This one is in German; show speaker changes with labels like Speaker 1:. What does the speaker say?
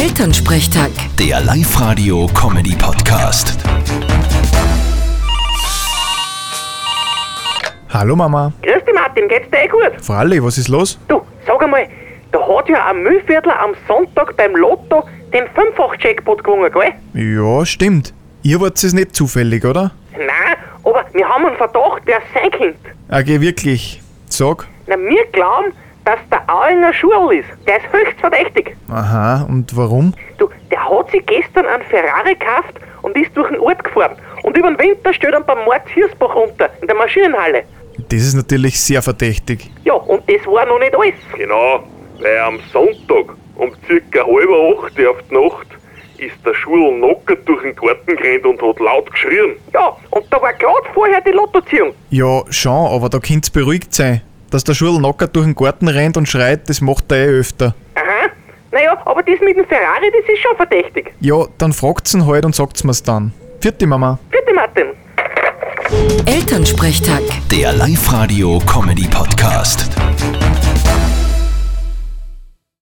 Speaker 1: Elternsprechtag.
Speaker 2: Der Live-Radio-Comedy-Podcast.
Speaker 3: Hallo Mama.
Speaker 4: Grüß dich Martin, geht's dir eh gut?
Speaker 3: Fralli, was ist los?
Speaker 4: Du, sag einmal, da hat ja ein Müllviertler am Sonntag beim Lotto den Fünffach-Jackpot gewonnen, gell?
Speaker 3: Ja, stimmt. Ihr wart es nicht zufällig, oder?
Speaker 4: Nein, aber wir haben einen Verdacht, wer es sein könnte.
Speaker 3: Okay, wirklich. Sag.
Speaker 4: Na, wir glauben, dass der Aulinger Schurl ist. Der ist höchst verdächtig.
Speaker 3: Aha, und warum?
Speaker 4: Du, der hat sich gestern einen Ferrari gekauft und ist durch den Ort gefahren. Und über den Winter steht er beim Mord Hirsbach runter, in der Maschinenhalle.
Speaker 3: Das ist natürlich sehr verdächtig.
Speaker 4: Ja, und das war noch nicht alles.
Speaker 5: Genau, weil am Sonntag um circa halb acht auf die Nacht ist der Schul nackert durch den Garten gerannt und hat laut geschrien.
Speaker 4: Ja, und da war gerade vorher die Lottoziehung.
Speaker 3: Ja, schon, aber da könnt's beruhigt sein. Dass der Schurl locker durch den Garten rennt und schreit, das macht er eh öfter.
Speaker 4: Aha. Naja, aber das mit dem Ferrari, das ist schon verdächtig.
Speaker 3: Ja, dann fragt's ihn halt und sagt's mir's dann. Vierte Mama.
Speaker 4: Bitte Martin.
Speaker 1: Elternsprechtag.
Speaker 2: Der Live-Radio-Comedy-Podcast.